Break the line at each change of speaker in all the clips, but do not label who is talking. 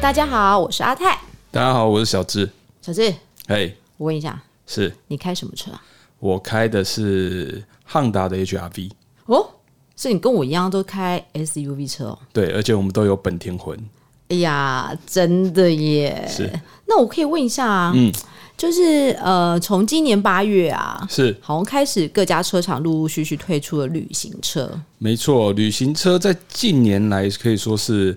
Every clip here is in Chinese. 大家好，我是阿泰。
大家好，我是小智。
小智，
嘿、
我问一下，
是
你开什么车啊？
我开的是汉达的 HRV，
哦，是你跟我一样都开 SUV 车哦。
对，而且我们都有本田魂，
哎呀，真的耶！
是
那我可以问一下啊，嗯，就是呃，从今年八月啊，
是
好像开始各家车厂陆陆续续推出了旅行车，
没错。旅行车在近年来可以说是，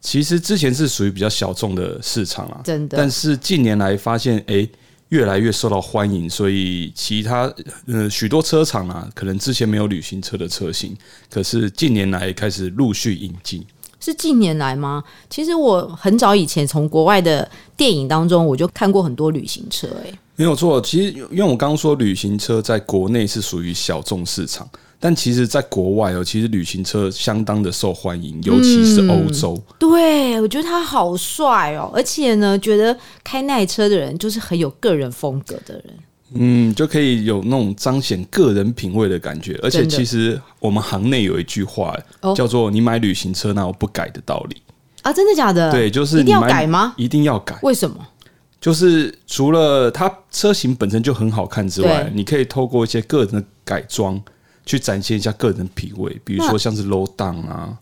其实之前是属于比较小众的市场啊，
真的
但是近年来发现，哎、越来越受到欢迎，所以其他呃许多车厂啊，可能之前没有旅行车的车型，可是近年来开始陆续引进。
是近年来吗？其实我很早以前从国外的电影当中我就看过很多旅行车、哎，
没有错，其实因为我刚刚说旅行车在国内是属于小众市场，但其实在国外哦，其实旅行车相当的受欢
嗯
迎，尤其是欧洲。
对，我觉得他好帅哦，而且呢，觉得开那车的人就是很有个人风格的人。
嗯，就可以有那种彰显个人品味的感觉。而且
真的
其实我们行内有一句话
哦
叫做“你买旅行车哪有不改的道理
啊，真的假”，的？
对，就是
一定要
你买
改吗？
一定要改。
为什么？
就是除了它车型本身就很好看之外
对，
你可以透过一些个人的改装去展现一下个人品味，比如说像是 low down 啊，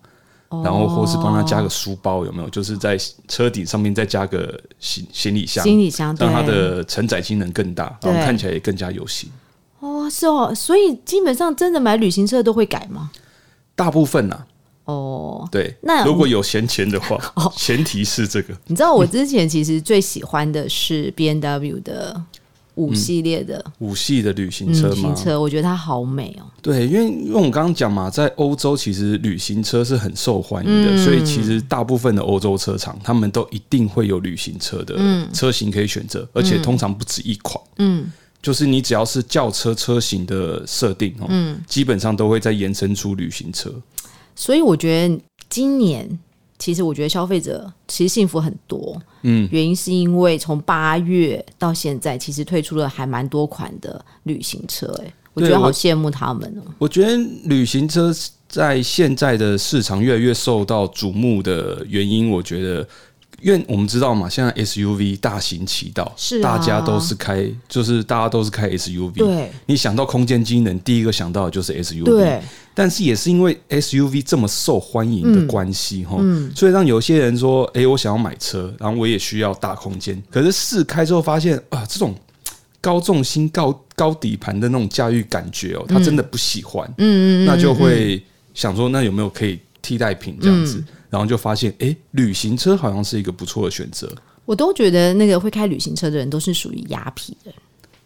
哦
然后或是帮他加个书包，有没有？就是在车顶上面再加个行行李箱，
行李箱对
让它的承载机能更大，
对
然后看起来也更加有型。
哦，是哦，所以基本上真的买旅行车都会改吗？
大部分啊，
哦，
对，
那哦
如果有闲钱的话，前提是这个
你知道我之前其实最喜欢的是 B N W 的五系列的
五系的旅行
嗯
嗯车
旅
吗
行？车，我觉得它好美哦。
对，因为因为我们刚刚讲嘛，在欧洲其实旅行车是很受欢迎的，所以其实大部分的欧洲车厂他们都一定会有旅行车的车型可以选择，而且通常不止一款。嗯，就是你只要是轿车车型的设定哦，基本上都会再延伸出旅行车。
所以我觉得今年其实我觉得消费者其实幸福很多，嗯，原因是因为从八月到现在，其实推出了还蛮多款的旅行车、哎，我觉
对
得好
我
羡慕他们哦、
我觉得旅行车在现在的市场越来越受到瞩目的原因，我觉得。因为我们知道嘛，现在 SUV 大行其道，
是啊
大家都是开，就是大家都是开 SUV，
对
你想到空间机能，第一个想到的就是 SUV。
对，
但是也是因为 SUV 这么受欢迎的关系，哈、所以让有些人说：“诶，我想要买车，然后我也需要大空间。”可是试开之后发现啊，这种高重心、高高底盘的那种驾驭感觉哦，他真的不喜欢。嗯嗯嗯那就会想说，那有没有可以替代品这样子？然后就发现，诶，旅行车好像是一个不错的选择。
我都觉得那个会开旅行车的人都是属于雅痞的人。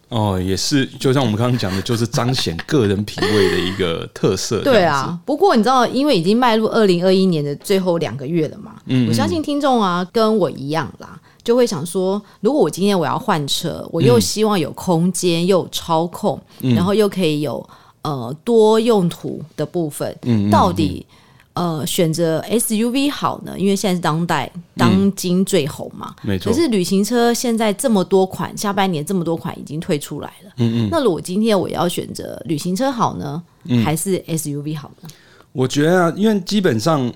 哦，也是，就像我们刚刚讲的，就是彰显个人品味的一个特色。
对，啊，不过你知道，因为已经迈入二零二一年的最后两个月了嘛，我相信听众啊跟我一样啦，就会想说，如果我今天我要换车，我又希望有空间，又有操控，然后又可以有呃多用途的部分，到底。呃，选择 SUV 好呢，因为现在是当代当今最红嘛。
没错
可。是旅行车现在这么多款，下半年这么多款已经推出来了。嗯嗯。那如果今天我要选择旅行车好呢，还是 SUV 好呢？
我觉得啊，因为基本上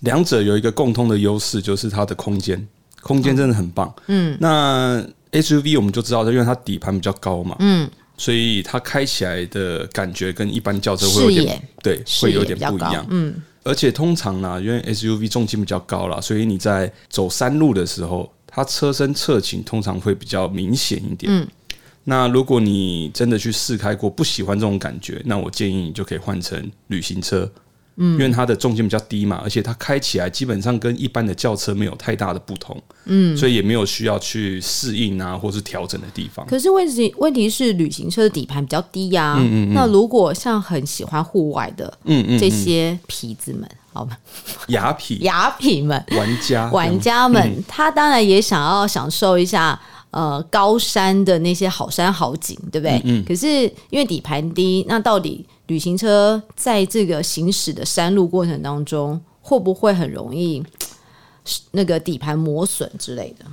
两者有一个共通的优势，就是它的空间，空间真的很棒。嗯，那 SUV 我们就知道，因为它底盘比较高嘛，嗯，所以它开起来的感觉跟一般轿车会有
视
点
野
对，
视
会
野
有
比
点
较
不一
高
样。
嗯，
而且通常啦，因为 SUV 重心比较高啦，所以你在走山路的时候，它车身侧倾通常会比较明显一点。嗯，那如果你真的去试开过，不喜欢这种感觉，那我建议你就可以换成旅行车。嗯，因为它的重心比较低嘛，而且它开起来基本上跟一般的轿车没有太大的不同，嗯，所以也没有需要去适应啊或是调整的地方。
可是问题问题是，旅行车的底盘比较低呀、那如果像很喜欢户外的，嗯嗯，这些痞子们，好 吧，
雅痞
雅痞们，
玩家，
玩家们，
嗯
他当然也想要享受一下呃高山的那些好山好景，对不对？
嗯
可是因为底盘低，那到底旅行车在这个行驶的山路过程当中，会不会很容易那个底盘磨损之类的？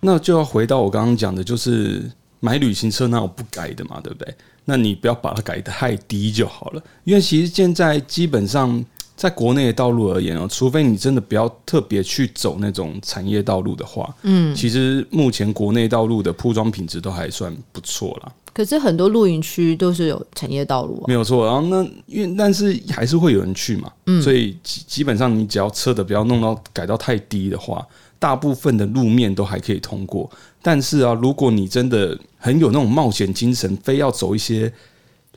那就要回到我刚刚讲的，就是买旅行车那我不改的嘛，对不对？那你不要把它改得太低就好了，因为其实现在基本上在国内的道路而言哦，除非你真的不要特别去走那种产业道路的话，嗯，其实目前国内道路的铺装品质都还算不错啦，
可是很多露营区都是有产业道路啊。
没有错。然后那因为但是还是会有人去嘛，所以基基本上你只要车的不要弄到改到太低的话，大部分的路面都还可以通过。但是啊，如果你真的很有那种冒险精神，非要走一些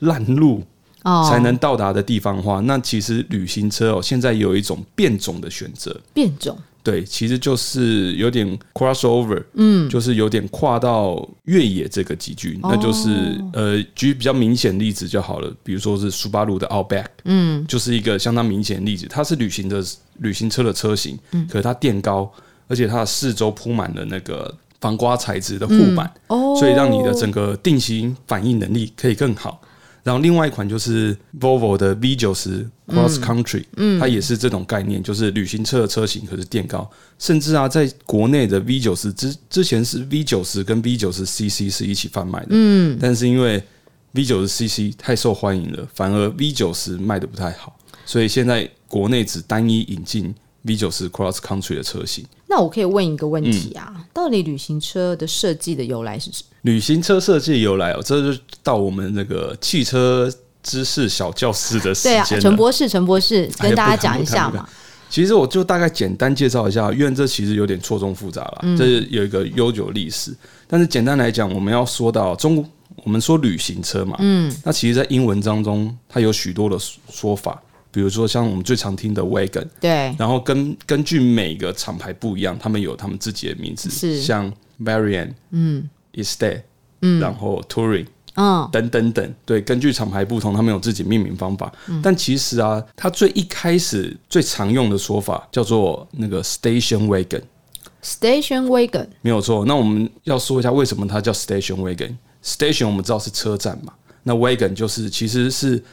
烂路
哦，
才能到达的地方的话，那其实旅行车哦，现在有一种变种的选择。
变种
对，其实就是有点 crossover，嗯，哦就是有点跨到越野这个集聚，那就是呃，举比较明显例子就好了，比如说是苏巴鲁的 Outback，嗯，就是一个相当明显的例子，它是旅行的旅行车的车型，嗯，可是它垫高，而且它的四周铺满了那个防刮材质的护板，
哦，
所以让你的整个定型反应能力可以更好。然后另外一款就是 Volvo 的 V 九十 Cross Country，、它也是这种概念，就是旅行车的车型，可是垫高，甚至啊，在国内的 V 九十之之前是 V 九十跟 V 九十 CC 是一起贩卖的，嗯，但是因为 V 九十 CC 太受欢迎了，反而 V 九十卖的不太好，所以现在国内只单一引进 V 九十 Cross Country 的车型。
那我可以问一个问题啊，
嗯
到底旅行车的设计的由来是什么？
旅行车设计由来哦，这就到我们那个汽车知识小教室的时
对啊，
间
陈
了。
博士，陈博士
哎
跟大家
不敢
讲一下
不敢
嘛。
其实我就大概简单介绍一下，因为这其实有点错综复杂啦，这有一个悠久历史。但是简单来讲，我们要说到中国，我们说旅行车嘛，嗯，那其实，在英文当中，它有许多的说法，比如说像我们最常听的 wagon，
对，
然后根根据每个厂牌不一样，他们有他们自己的名字，
是
像 Varian，嗯，Estate，嗯，然后 Touring。
嗯，
等等等，对，根据厂牌不同，他们有自己命名方法。但其实啊，它最一开始最常用的说法叫做那个 station wagon，
Station Wagon，
没有错。那我们要说一下为什么它叫 station wagon。station 我们知道是车站嘛，那 wagon 就是其实是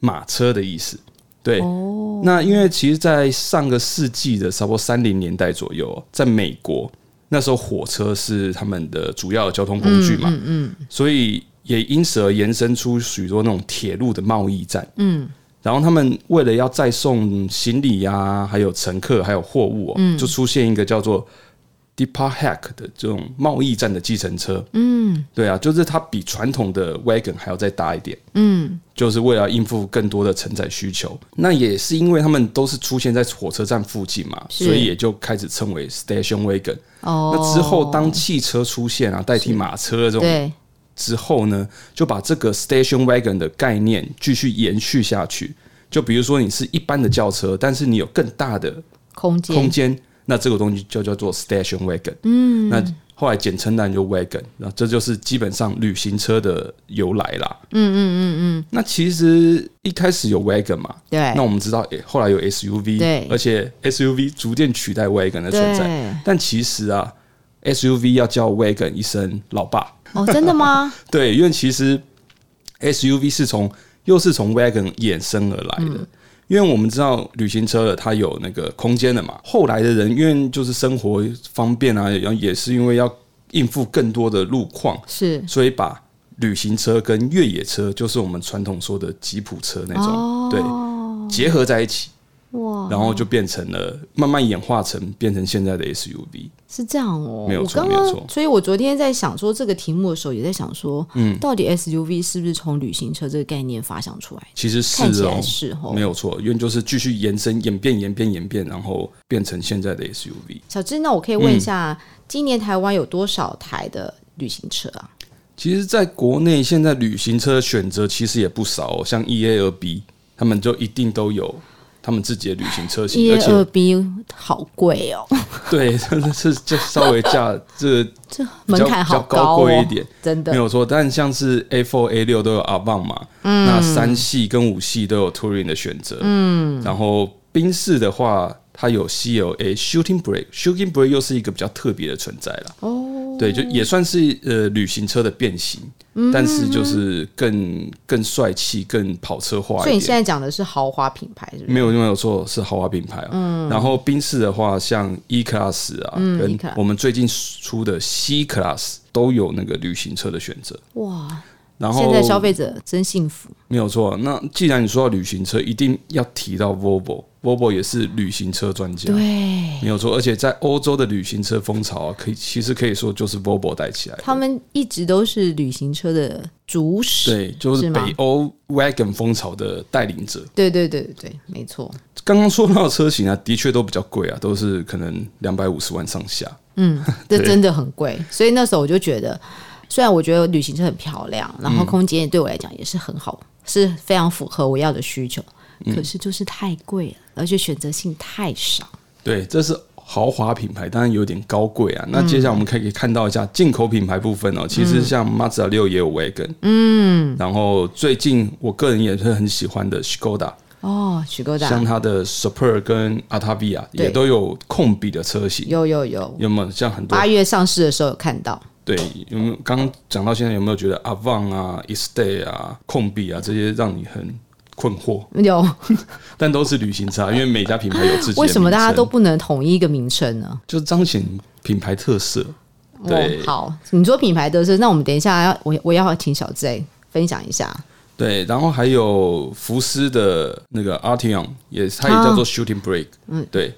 马车的意思。对，那因为其实，在上个世纪的差不多三零年代左右，在美国那时候火车是他们的主要的交通工具嘛，所以也因此而延伸出许多那种铁路的贸易站。嗯，然后他们为了要再送行李啊，还有乘客，还有货物、哦，就出现一个叫做 depot hack 的这种贸易站的计程车。嗯，对啊，就是它比传统的 wagon 还要再大一点。嗯。就是为了应付更多的承载需求，那也是因为他们都是出现在火车站附近嘛，
是
所以也就开始称为 station wagon。
哦，
那之后，当汽车出现啊，代替马车的这种
对，
之后呢，就把这个 station wagon 的概念继续延续下去。就比如说你是一般的轿车，但是你有更大的
空间，
空间，那这个东西就叫做 station wagon。嗯，那后来简称当然就 wagon，那这就是基本上旅行车的由来啦。嗯嗯嗯嗯。那其实一开始有 wagon 嘛，
对，
那我们知道诶后来有 SUV，
对
而且 SUV 逐渐取代 wagon 的存在。
对，
但其实啊，SUV 要叫 wagon 一声老爸。
哦，真的 吗？
对，因为其实 SUV 是从又是从 wagon 衍生而来的。
嗯
因为我们知道旅行车了，它有那个空间的嘛。后来的人因为就是生活方便啊，然后也是因为要应付更多的路况，
是
所以把旅行车跟越野车，就是我们传统说的吉普车那种，
哦
对，结合在一起，
哇，
然后就变成了慢慢演化成变成现在的 SUV。
是这样哦，
没有
我
错
刚
没有错
刚，所以我昨天在想说这个题目的时候，也在想说，嗯，到底 SUV 是不是从旅行车这个概念发想出来的？
其实是
看起
哦
来，是哦
没。有错，因为就是继续延伸、演变、演变、演变，然后变成现在的 SUV。
小芝，那我可以问一下，今年台湾有多少台的旅行车啊？
其实，在国内现在旅行车的选择其实也不少、哦，像 EA 二 B，他们就一定都有他们自己的旅行车型，
一 E
而
二
且
B 好贵哦，
对，真的是就稍微价这个
这
比较
门槛好
比较高
哦，
贵一点，
真
没
的。
有错。但像是 A four、A 六都有 Avant 嘛，
嗯
那三系跟五系都有 Touring 的选择，嗯，然后宾士的话，它有 CLA Shooting Brake，Shooting Brake 又是一个比较特别的存在啦。哦，对，就也算是呃旅行车的变形，
嗯
但是就是更更帅气、更跑车化一点。
所以你现在讲的是豪华品牌，是不是？
没有没有错，是豪华品牌、啊。嗯，然后宾士的话，像 E Class 啊，
嗯
跟
E-Class
我们最近出的 C Class 都有那个旅行车的选择。
哇，
然后
现在消费者真幸福，
没有错。那既然你说到旅行车，一定要提到 Volvo，Volvo 也是旅行车专家，
对
没有错。而且在欧洲的旅行车风潮、啊，可以其实可以说就是 Volvo 带起来的。
他们一直都是旅行车的主使。
对，就是是
吗
北欧 wagon 风潮的带领者。
对对对对对，没错。
刚刚说到的车型啊，的确都比较贵啊，都是可能两百五十万上下。
嗯，这
对
真的很贵。所以那时候我就觉得，虽然我觉得旅行车很漂亮，然后空间对我来讲也是很好，是非常符合我要的需求，可是就是太贵了，而且选择性太少。
对，这是豪华品牌，当然有点高贵啊。那接下来我们可以看到一下进口品牌部分哦。其实像 Mazda 六也有 Wagon，嗯，然后最近我个人也是很喜欢的 Skoda，
哦，许哥
像
达，
它的 Super 跟 Atavia
对
也都有控比的车型。
有有有，
有没有像很多
八月上市的时候有看到，
对？有没有刚刚讲到现在有没有觉得 Avant 啊、Estay 啊、控比啊这些让你很困惑？
有
但都是旅行车啊，因为每家品牌有自己的名称。
为什么大家都不能统一一个名称呢？
就是彰显品牌特色？对
哦，好，你说品牌得是，那我们等一下要我我要请小 J 分享一下。
对，然后还有福斯的那个 Artion，也它也叫
啊
做 Shooting Brake，、对，
嗯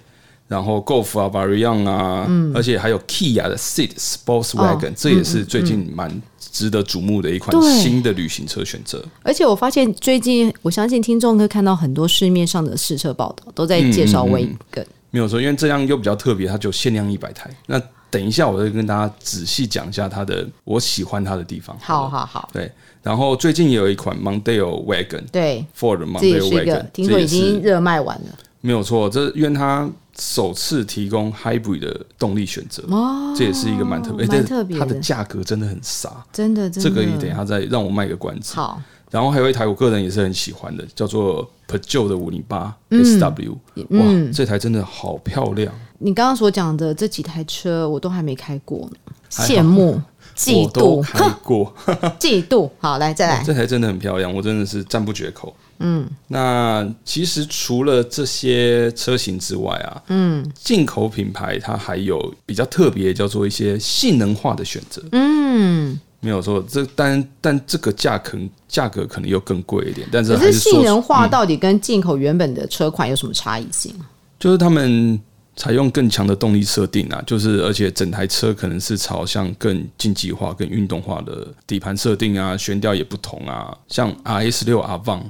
然后 Golf 啊、Varian 啊，而且还有 Kia 的 Ceed Sports
哦
Wagon，、这也是最近蛮值得瞩目的一款
对
新的旅行车选择。
而且我发现最近，我相信听众会看到很多市面上的试车报道都在介绍威根。
没有错，因为这样又比较特别，它就限量一百台。那等一下，我再跟大家仔细讲一下它的我喜欢它的地方。
好
了
好好，
对，然后最近也有一款 Mondeo Wagon。
对，
Ford
这
Mondeo
也是一
Wagon，
个听说
这也
已经
是
热卖完了
没有错，这因为它首次提供 Hybrid 的动力选择，
哦，
这也是一个蛮特别，
蛮
但
特别
它的
的，
价格真的很傻，
真的真的。
这个也等一下再让我卖个关子。
好，
然后还有一台我个人也是很喜欢的，叫做 Peugeot 的五零八
嗯
SW，哇，这台真的好漂亮，
你刚刚所讲的这几台车，我都还没开过呢，
还好
羡 慕、嫉
我
妒、
都开过。
嫉妒。好，来再来，
哦这台真的很漂亮，我真的是赞不绝口。嗯，那其实除了这些车型之外啊，嗯，进口品牌它还有比较特别，叫做一些性能化的选择。嗯，没有错，这但但这个价可能价格可能又更贵一点，但是
可
还
是
说
性能化到底跟进口原本的车款有什么差异性？
就是他们采用更强的动力设定啊，就是而且整台车可能是朝向更竞技化、更运动化的底盘设定啊，悬吊也不同啊，像 RS 六 Avant。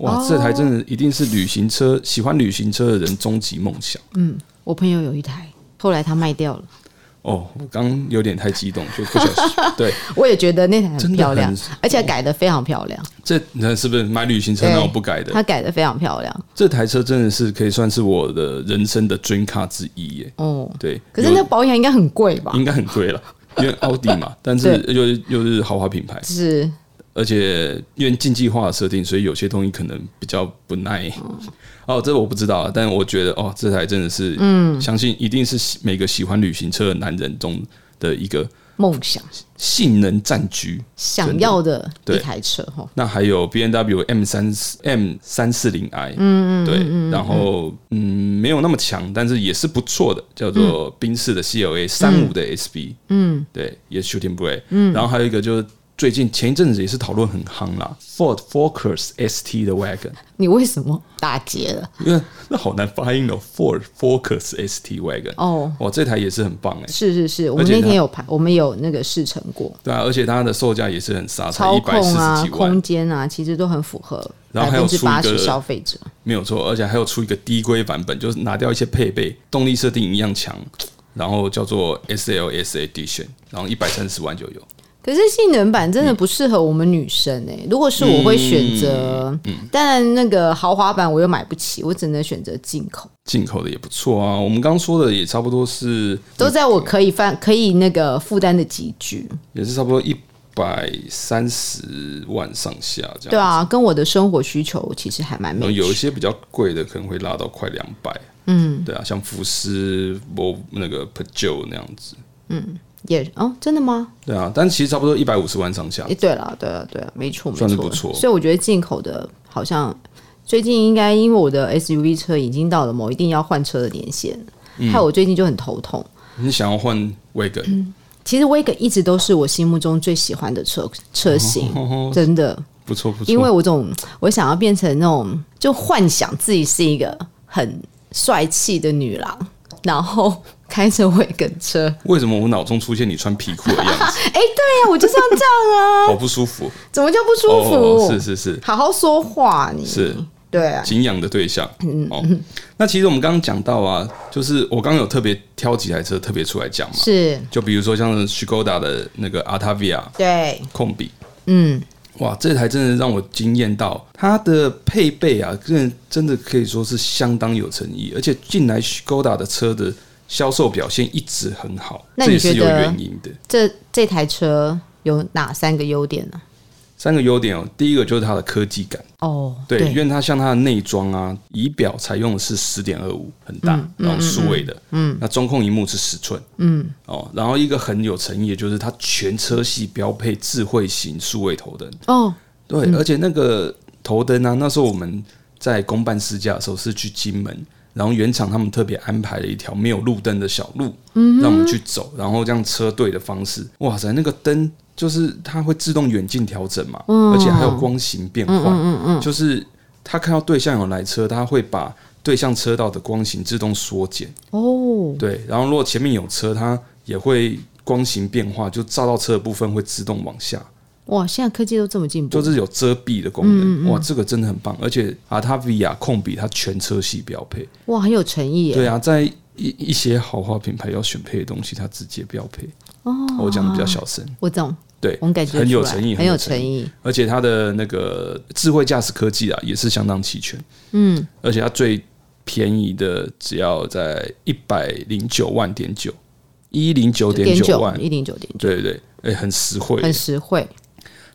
哇，
哦
这台真的一定是旅行车喜欢旅行车的人终极梦想
我朋友有一台，后来他卖掉了，
哦！我刚有点太激动，就不小 心。对，
我也觉得那台
真
很
的
漂亮
很，
而且改的非常漂亮，
这那是不是买旅行车
对
那我不改的？
它改的非常漂亮
这台车真的是可以算是我的人生的 dream car 之一耶。
哦。
对，
可是
有
那保养应该很贵吧？
应该很贵了，因为奥迪嘛，但是又又是豪华品牌，
是
而且因为竞技化的设定，所以有些东西可能比较不耐。哦，这我不知道啊，但我觉得哦，这台真的是，嗯，相信一定是喜每个喜欢旅行车的男人中的一个
梦想
性能占据。
想要的
对
一台车哈。
那还有 B N W M 三 M 三四零 i，嗯嗯，对，然后嗯没有那么强，但是也是不错的，叫做宾士的 C L A 三五的 S B，嗯，对，也是 shooting brake，嗯，然后还有一个就是最近前一阵子也是讨论很夯啦，Ford Focus S T 的 wagon，
你为什么打结了？
因为那好难发音哦，Ford Focus S T wagon，
哦，
哇，这台也是很棒哎，
是是是，我们
而且
那
它
天有排，我们有那个试乘过，
对啊，而且它的售价也是很杀，才
操
一百四
控啊、
十几万
空，间啊，其实都很符合
然
百
后还有
分之八
出一
十
个
消费者。
没有错，而且还有出一个低规版本，就是拿掉一些配备，动力设定一样强，然后叫做 SLS Edition，然后一百三十万就有。
可是性能版真的
嗯
不适合我们女生哎、如果是我会选择，
嗯
但那个豪华版我又买不起，我只能选择进口，
进口的也不错啊，我们刚说的也差不多是，
都在我可以范可以那个负担的集聚。
也是差不多一百三十万上下这样。
对，啊，跟我的生活需求其实还蛮
然后
美。
有一些比较贵的可能会拉到快两百。嗯，对啊，像福斯、我那个 Peugeot 那样子。
也哦，真的吗？
对啊，但其实差不多一百五十万上下
哎、。对了，对了，对了，没错，没
算是
错，
不错
所以我觉得进口的好像最近应该因为我的 SUV 车已经到了
嗯
某一定要换车的年限了害我最近就很头痛。嗯
你想要换 Wagon？
其实 Wagon 一直都是我心目中最喜欢的车车型，
哦
真的，
不错不错。
因为我总我想要变成那种就幻想自己是一个很帅气的女郎，然后开着 Wagon 车，
为什么我脑中出现你穿皮裤的样子，
哎、对呀、我就是要这 样啊，
好哦不舒服？
怎么就不舒服？
哦，是是是
好好说话你，
是，
对啊，
敬仰的对象。
嗯
哦，那其实我们刚刚讲到啊，就是我刚刚有特别挑几台车特别出来讲嘛，
是，
就比如说像是 Skoda 的那个 Artavia
对，
控比，
嗯，
哇，这台真的让我惊艳到，它的配备啊，真的真的可以说是相当有诚意，而且近来 Skoda 的车的销售表现一直很好，
那
这
你
也
觉得
是有原因的。
这这台车有哪三个优点呢、
三个优点哦，第一个就是它的科技感，
哦，
对，因为它像它的内装啊，仪表采用的是十点二五，很大，然后数位的，嗯，那中控荧幕是十寸，嗯，哦，然后一个很有诚意的就是它全车系标配智慧型数位头灯，
哦，
对，而且那个头灯啊，那时候我们在公办试驾的时候是去金门，然后原厂他们特别安排了一条没有路灯的小路，让我们去走，然后这样车队的方式，哇塞，那个灯就是它会自动远近调整嘛，而且还有光型变换，就是他看到对向有来车，他会把对向车道的光型自动缩减，
哦，
对，然后如果前面有车，它也会光型变化，就照到车的部分会自动往下。
哇，现在科技都这么进步，
就是有遮蔽的功能，哇，这个真的很棒！而且啊，它 VR 控比它全车系标配，
哇，很有诚意耶，
对啊，在一一些豪华品牌要选配的东西，它直接标配。哦，我讲的比较小声，
我懂，
对，
我感觉
很有
出来
诚意，
很
有
有
诚
诚
意。
意，
而且它的那个智慧驾驶科技啊，也是相当齐全。嗯，而且它最便宜的只要在一百零九万点九，一零九点九万，
一零九点九，
对对对，哎、很实惠，
很实惠，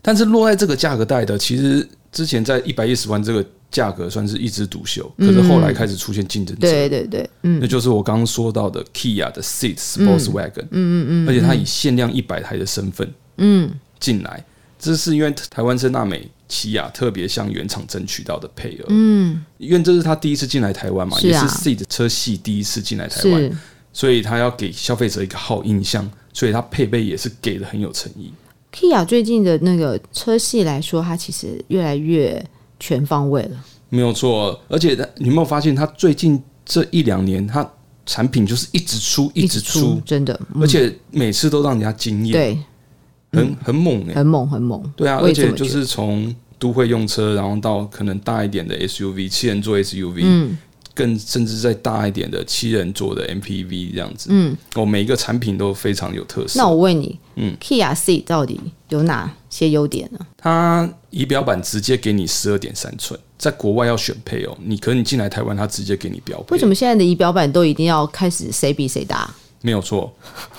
但是落在这个价格带的，其实之前在一百一十万这个价格算是一枝独秀，可是后来开始出现竞争者，
对对对，嗯，
那就是我刚刚说到的 Kia 的 Ceed Sportswagen，嗯嗯嗯，而且它以限量一百台的身份，嗯，进来，这是因为台湾森纳美。起亚特别向原厂争取到的配额，嗯，因为这是他第一次进来台湾嘛，
是
也
啊
是 C 的车系第一次进来台湾，
是
所以他要给消费者一个好印象，所以他配备也是给的很有诚意。
Kia 最近的那个车系来说，它其实越来越全方位了，
没有错，而且它你有没有发现，它最近这一两年，它产品就是一直出，一直出，
真的，嗯
而且每次都让人家惊艳，
对，
很很猛哎、
很猛很猛，
对啊，
我
而
也这
且
么觉
就
得
是从都会用车，然后到可能大一点的 SUV，七人座 SUV，、更
嗯
甚至再大一点的七人座的 MPV 这样子，嗯，哦，每一个产品都非常有特色。
那我问你，嗯，Kia C 到底有哪些优点呢？
它仪表板直接给你十二点三寸，在国外要选配哦，你可能你进来台湾，它直接给你标配
为。什么现在的仪表板都一定要开始谁比谁大？
没有错，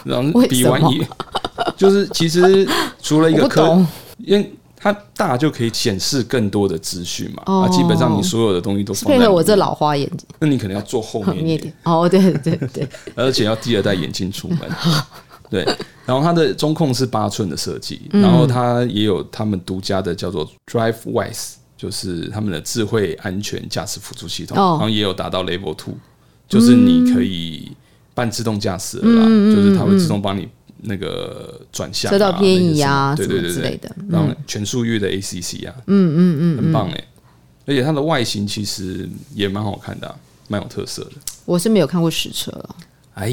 然后
为
比
什
完
么
一， 就是其实除了一
我
个
不
科
懂，
因为它大就可以显示更多的资讯嘛，
哦
啊，基本上你所有的东西都
是
放
配
在
合
里
我这
面，
老花眼睛
哦那你可能要做后面一
面
点，
点。哦，对对对，
而且要记得戴眼镜出门，对。然后它的中控是八寸的设计，
嗯
然后它也有他们独家的叫做 DriveWise，就是他们的智慧安全驾驶辅助系统，
哦
然后也有达到 Level Two，就是你可以半自动驾驶了
嗯
啦，就是它会自动帮你那个转向、啊、
车道偏移啊
那些什么对对
什么之
对对
类的
然后全速域的 ACC 啊，嗯嗯嗯，很棒哎、而且它的外形其实也蛮好看的啊、蛮有特色的。
我是没有看过实车了，
哎，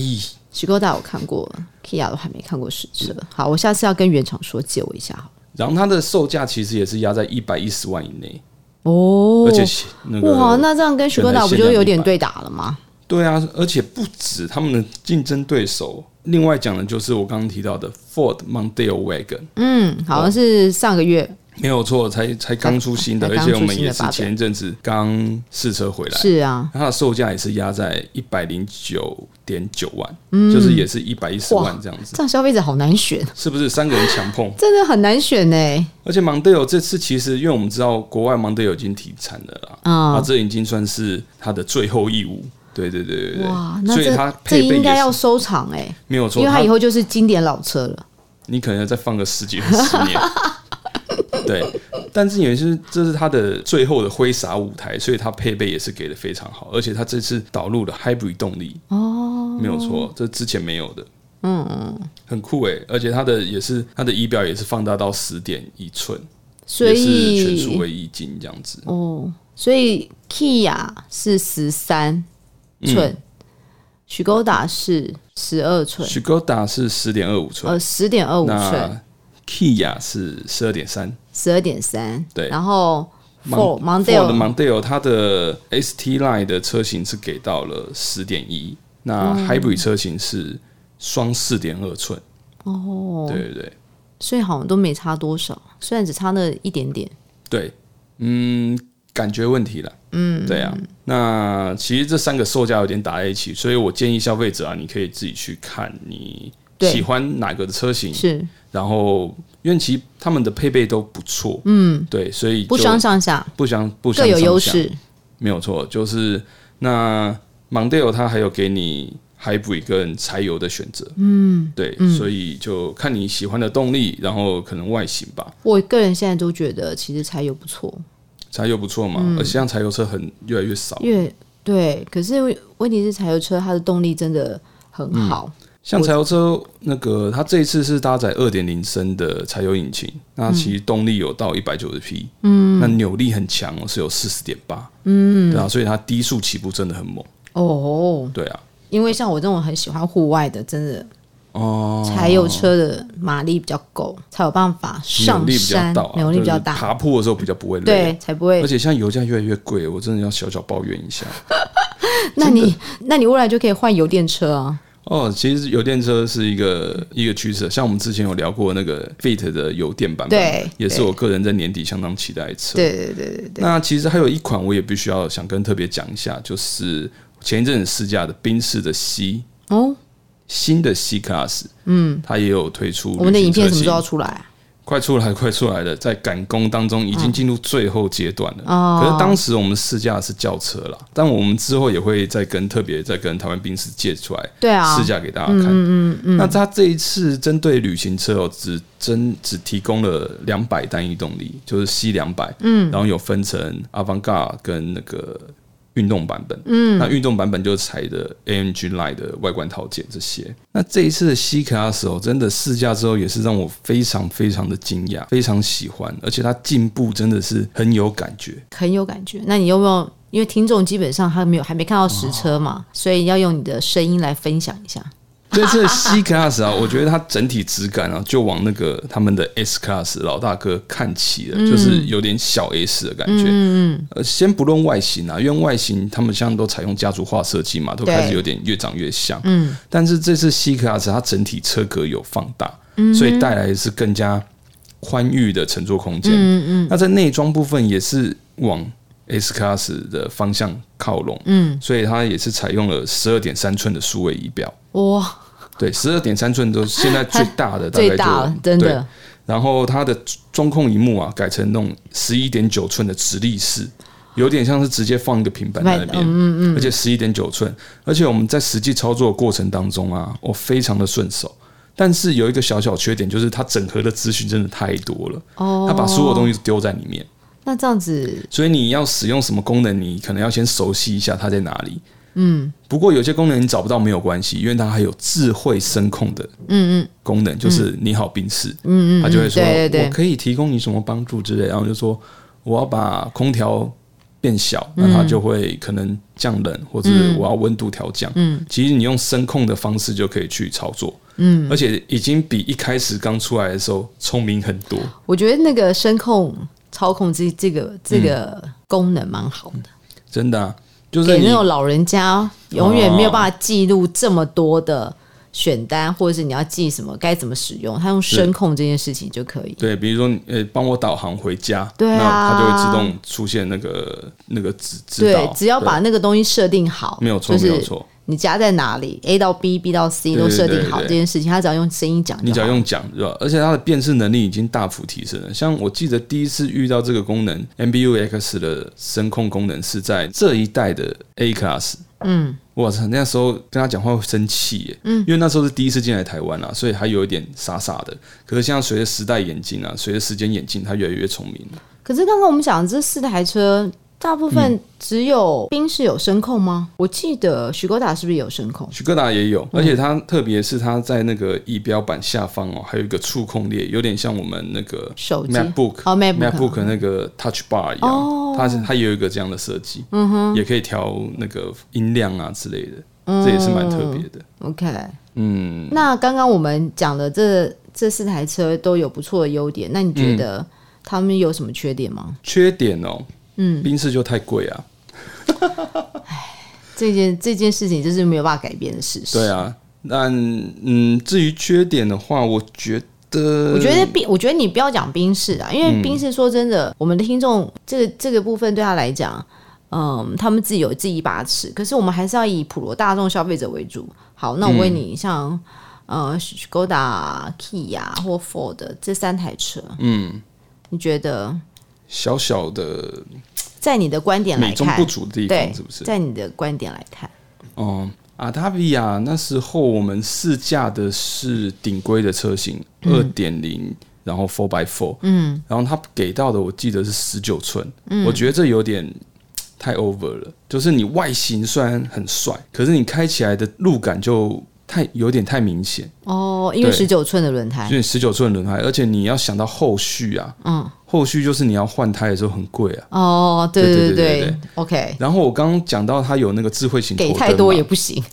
许勾大我看过了，Kia 都还没看过实车。好，我下次要跟原厂说借我一下好了。
然后它的售价其实也是压在一百一十万以内，
哦
而，且那个
哇，那这样跟许勾大不就有点对打了吗？
对啊，而且不止他们的竞争对手，另外讲的就是我刚刚提到的 Ford Mondeo Wagon，
嗯，好
哦
像是上个月
没有错，才才刚出新的，
才
而
刚
且我
出
们
新的
也是
版本
前一阵子刚试车回来，
是啊，
它的售价也是压在一百零九点九万，
嗯
就是也是一百一十万这样子，
这样消费者好难选，
是不是三个人强碰？
真的很难选呢、
而且 Mondeo 这次其实，因为我们知道国外 Mondeo 已经停产了啦，
嗯
啊，这已经算是它的最后义务。对对对对对，
哇，那
所以
这
它
这
配备
应该
也
要
是
收藏哎、
没有
因
错，
为它
它
以后就是经典老车了。
你可能要再放个十几二十 年。对，但是也是这是它的最后的挥洒舞台，所以它配备也是给的非常好，而且它这次导入了 hybrid 动力，哦，没有错，这之前没有的。
嗯
很酷诶、而且它的也是它的仪表也是放大到十点一寸，
所
也是全数
以
位液晶这样子。
哦，所以 Kia 是十三
嗯
寸，许勾达是十二寸，
s h i k o d a 是十点二五寸，
呃，十点二五寸，
那 Kia 是十二点三。
十二点三，
对
然后 Ford
Mon- Ford 的
Mondeo
Mondeo 它的 ST Line 的车型是给到了十点一，那 Hybrid 车型是双四点二寸。
哦，
对对对
所以好像都没差多少，虽然只差那一点点。
对，嗯，感觉问题了。嗯，对啊。那其实这三个售价有点打在一起，所以我建议消费者啊，你可以自己去看你
对
喜欢哪个的车型，
是
然后因为其实他们的配备都不错。嗯，对，所以
不
就
相上下，
不相不相
各有
上
优
下
势。
没有错，就是那 Mondeo 它还有给你 Hybrid 跟柴油的选择，嗯，对，所以就看你喜欢的动力，然后可能外形吧，
我个人现在都觉得其实柴油不错，
柴油不错嘛，
嗯
而且像柴油车很越来越少，
因为对，可是问题是柴油车它的动力真的很好，
像柴油车那个它这一次是搭载二点零升的柴油引擎，
嗯
那其实动力有到一百九十匹，嗯，那扭力很强哦，是有四十点八，嗯，对啊，所以它低速起步真的很猛，
哦，
对啊，
因为像我这种很喜欢户外的，真的
哦，
柴油车的马力比较够，才有办法
扭
上
哦力比较
山
大啊，，
扭力比较
就是
大，
爬坡的时候比较不会累，啊
对，才不会
而。且现在油价越来越贵，我真的要小小抱怨一下。
那你那你未来就可以换油电车啊，
哦，其实油电车是一个一个趋势，像我们之前有聊过那个 Fit 的油电版本，
对
也是我个人在年底相当期待的车。
对对对对对，
那其实还有一款我也必须要想跟特别讲一下，就是前一阵子试驾的宾士的 C
哦，
新的 C Class，嗯，它也有推出
我们的
旅
影片
行车
什么时
型
候要出来啊？
快出来，快出来了，在赶工当中已经进入最后阶段了。
哦
可是当时我们试驾的是轿车啦，但我们之后也会再跟特别再跟台湾宾士借出来
对啊
试，驾给大家看。那它这一次针对旅行车哦，只针只提供了两百单一动力，就是 C 两百，嗯，然后有分成 Avantgarde 跟那个。运动版本，嗯，那运动版本就是采的 AMG Line 的外观套件这些。那这一次的 C Class 哦，真的试驾之后也是让我非常非常的惊讶，非常喜欢，而且它进步真的是很有感觉。
很有感觉。那你有没有？因为听众基本上他没有还没看到实车
哦
嘛，所以要用你的声音来分享一下。
这次的 C Class 啊，我觉得它整体质感啊，就往那个他们的 S Class 老大哥看齐了，就是有点小 S 的感觉。嗯呃，先不论外形啊，因为外形他们现在都采用家族化设计嘛，都开始
对
有点越长越像。嗯，但是这次 C Class 它整体车格有放大，所以带来的是更加宽裕的乘坐空间。嗯嗯，那在内装部分也是往 S Class 的方向靠拢。嗯，所以它也是采用了十二点三寸的数位仪表。
哇，
对，十二点三寸都是现在最大的，大概
最
就
大了，真。
对
的
然后它的中控荧幕啊，改成那种十一点九寸的直立式，有点像是直接放一个平板在那边，嗯嗯，而且十一点九寸，而且我们在实际操作的过程当中啊，我非常的顺手。但是有一个小小缺点，就是它整合的资讯真的太多了，
哦。
它把所有东西丢在里面，
那这样子
所以你要使用什么功能，你可能要先熟悉一下它在哪里。嗯，不过有些功能你找不到没有关系，因为它还有智慧声控的嗯嗯功能，就是你好宾士，嗯嗯，它就会说
对对对
我可以提供你什么帮助之类，然后就说我要把空调变小，那它就会可能降冷，或者是我要温度调降。嗯，其实你用声控的方式就可以去操作。嗯，而且已经比一开始刚出来的时候聪明很多。
我觉得那个声控操控这这个
嗯
这个功能蛮好的，
真的啊、就是
给
你
那种老人家永远没有办法记录这么多的选单，或者是你要记什么该怎么使用，他用声控这件事情就可以。
对，比如说你呃，帮我导航回家，
对啊
那它就会自动出现那个那个指指导
对，，只要把那个东西设定好，
对没有错，
就是
没有错，
你家在哪里，A 到 B，B 到 C
对
都设定好
对对
这件事情，他只要用声音讲就好，
你只要用讲对吧？而且它的辨识能力已经大幅提升了。像我记得第一次遇到这个功能，MBUX 的声控功能是在这一代的 A Class，嗯，哇操，那时候跟他讲话会生气耶，嗯，因为那时候是第一次进来台湾啊，所以还有一点傻傻的。可是现在随着时代演进啊，随着时间演进，它越来越聪明了。
可是刚刚我们讲这四台车大部
嗯
分只有宾士有声控吗？我记得许勾达是不是有声控？
许戈达也有，
嗯
而且它特别是它在那个仪表板下方哦，还有一个触控列，有点像我们那个
手机
MacBook
哦 MacBook 哦
MacBook 那个 Touch Bar 一样，它是它也有一个这样的设计，嗯哼，也可以调那个音量啊之类的，
嗯
这也是蛮特别的。
OK，
嗯，
那刚刚我们讲的这这四台车都有不错的优点，那你觉
嗯
得他们有什么缺点吗？
缺点哦，嗯，宾士就太贵啊，
这件这件事情就是没有办法改变的事实。
对啊，但嗯，至于缺点的话，我觉得，
我觉得宾，我觉得你不要讲宾士啊，因
嗯
为宾士说真的，我们的听众这个这个部分对他来讲，嗯，他们自己有自己一把尺，可是我们还是要以普罗大众消费者为主。好，那我问
嗯
你，像呃，Skoda、Kia 或 Ford 这三台车，嗯，你觉得
小小的
在你的观点来
美中
看
不，足的地
对
方，是不是？
在你的观点来看，
哦、阿达比亚那时候我们试驾的是顶规的车型，
嗯
二点零，然后 Four by Four，嗯，然后他给到的我记得是十九寸，
嗯
我觉得这有点嘖太 over 了。就是你外形虽然很帅，可是你开起来的路感就太有点太明显，
哦，因为十
对
九寸的轮胎
因，为十九寸轮胎，而且你要想到后续啊，
嗯，
后续就是你要换胎的时候很贵啊。
哦，对
对
对
对对对
o k
然后我刚刚讲到它有那个智慧型头
给
灯
太多
嘛
也不行，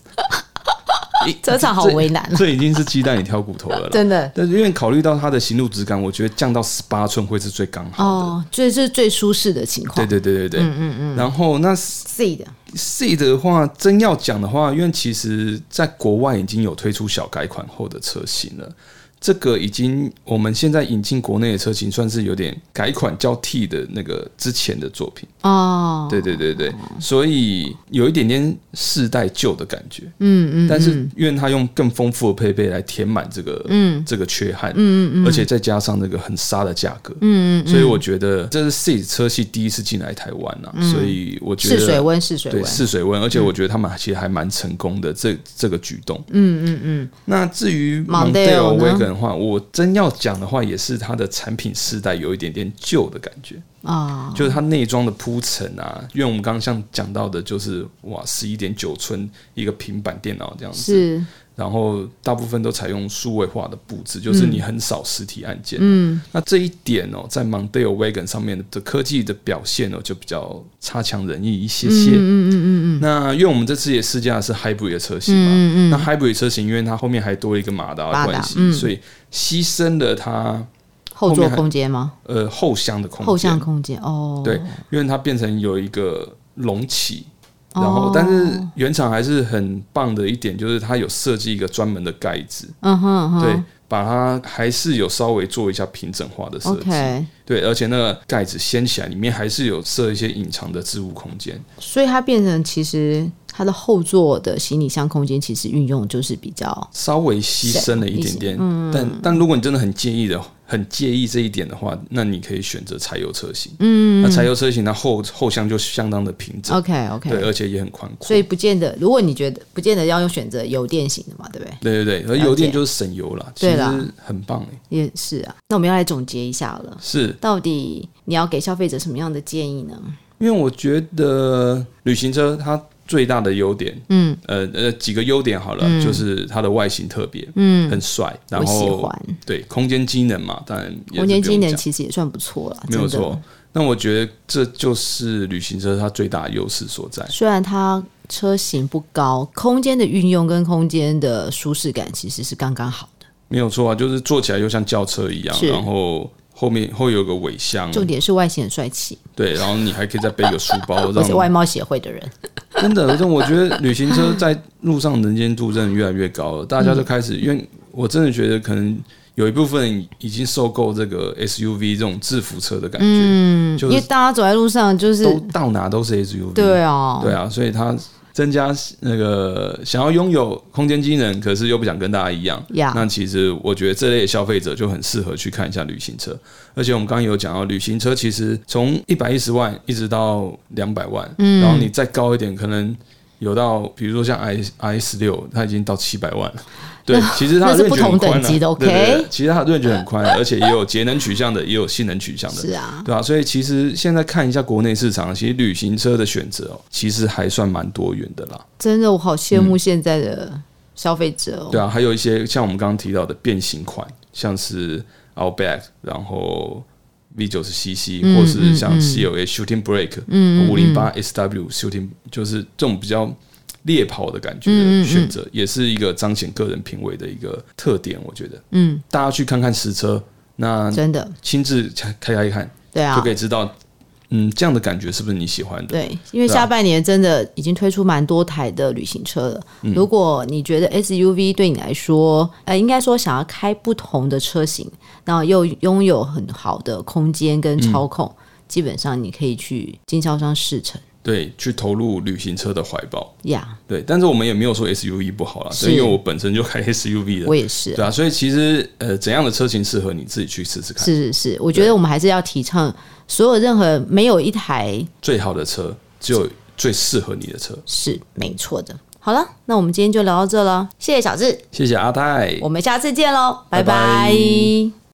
一
这场好为难啊，
这已经是鸡蛋里挑骨头了啦。
真的。
但是因为考虑到它的行路质感，我觉得降到十八寸会是最刚好。
哦，这是最舒适的情
对
况。
对对对对，嗯嗯嗯。然后那
C 的
C 的话，真要讲的话，因为其实在国外已经有推出小改款后的车型了。这个已经我们现在引进国内的车型，算是有点改款交替的那个之前的作品。
哦，
对对对对，所以有一点点世代旧的感觉，嗯嗯，但是因为它用更丰富的配备来填满这个，嗯，这个缺憾，嗯嗯而且再加上那个很杀的价格，嗯嗯，所以我觉得这是 C 车系第一次进来台湾啊，所以我觉
试水
得。
温，试水
对，
温。
试水温，而且我觉得他们其实还蛮成功的，这这个举动。嗯嗯嗯。那至于
Mondeo 呢
Mondeo Wagon 的话，我真要讲的话，也是它的产品世代有一点点旧的感觉。
啊，
就是它内装的铺陈啊，因为我们刚刚像讲到的，就是哇，十一点九寸一个平板电脑这样子，
是
然后大部分都采用数位化的布置，就是你很少实体按键。嗯，那这一点哦，在 Mondeo Wagon 上面的科技的表现哦，就比较差强人意一些些。嗯嗯嗯嗯。那因为我们这次也试驾的是 Hybrid 的车型嘛，嗯嗯那 Hybrid 车型因为它后面还多了一个马达
马达
的关系，
嗯
所以牺牲了它
后
后
座
面还
空间吗？
呃后箱的空间。
后向空间哦，
对，因为它变成有一个隆起，
哦
然后、但是原厂还是很棒的一点，就是它有设计一个专门的盖子，
嗯哼嗯哼，
对，把它还是有稍微做一下平整化的设计
OK，
对，而且那个盖子掀起来，里面还是有设一些隐藏的置物空间，
所以它变成其实它的后座的行李箱空间其实运用就是比较
稍微牺牲了一点点，
嗯
但但如果你真的很介意的。很介意这一点的话，那你可以选择柴油车型。嗯，那柴油车型它后后箱就相当的平整，
OK
对，
OK，
而且也很宽阔。
所以不见得，如果你觉得不见得要用选择油电型的嘛，对不对？
对对对，而
了
油电
解
就是省油啦，其
对
实
啦
很棒诶。
也是啊，那我们要来总结一下了，
是
到底你要给消费者什么样的建议呢？
因为我觉得旅行车它最大的优点，嗯，呃呃几个优点好了，就是它的外形特别，嗯，很帅，然
嗯我喜
后
欢。
对空间机能嘛，当然也是
空间
不
机
用
能
讲
其实也算不错了，
没有
真的
错。。那我觉得这就是旅行车它最大的优势所在。
虽然它车型不高，空间的运用跟空间的舒适感其实是刚刚好的。
没有错啊，就是坐起来又像轿车一样，
是
然后后面会有个尾箱，
重点是外形很帅气，
对，然后你还可以再背个书 包，
我是
让
外貌协会的人，
真的，但我觉得旅行车在路上能见度真的越来越高了，大家都开始，因为我真的觉得可能有一部分人已经受够这个 SUV 这种制服车的感觉，嗯，就
因为
是
大家走在路上就是
都到哪都是 SUV，
对啊，
对啊，所以它增加那个想要拥有空间机能，可是又不想跟大家一样
Yeah
那其实我觉得这类消费者就很适合去看一下旅行车。而且我们刚刚有讲到，旅行车其实从一百一十万一直到两百万，嗯，然后你再高一点，可能有到比如说像 i i 十六，它已经到七百万了，对，其实它
那是
的 range
不同
很宽啊
等级的
对对对
OK
其实它的 range 很宽，啊 而且也有节能取向的，也有性能取向的，
是啊，
对吧、所以其实现在看一下国内市场，其实旅行车的选择哦，其实还算蛮多元的啦。
真的我好羡慕现在的消费者哦。
嗯对啊，还有一些像我们刚刚提到的变形款，像是 Outback，然后 V 九十 CC，
嗯
或是
嗯
像
嗯
CLA Shooting Brake，嗯，五零八 SW Shooting，就是这种比较猎跑的感觉
嗯嗯嗯
的选择，也是一个彰显个人品味的一个特点。我觉得
嗯，
大家去看看实车，那
真的，
亲自开开看，
对
就
啊
可，以知道，嗯，这样的感觉是不是你喜欢的？
对，因为
对啊
下半年真的已经推出蛮多台的旅行车了。
嗯
如果你觉得 SUV 对你来说，呃，应该说想要开不同的车型，然后又拥有很好的空间跟操控，
嗯
基本上你可以去经销商试乘
对，去投入旅行车的怀抱。
呀。
对，但是我们也没有说 SUV 不好啦，
是
对，因为我本身就开 SUV 的
我，也是，
对啊，所以其实呃，怎样的车型适合你自己去试试看，
是是是，我觉得我们还是要提倡所有任何没有一台
最好的车只有最适合你的车。
是没错的。好了，那我们今天就聊到这了，谢谢小智，
谢谢阿泰，
我们下次见喽，拜
拜
拜
拜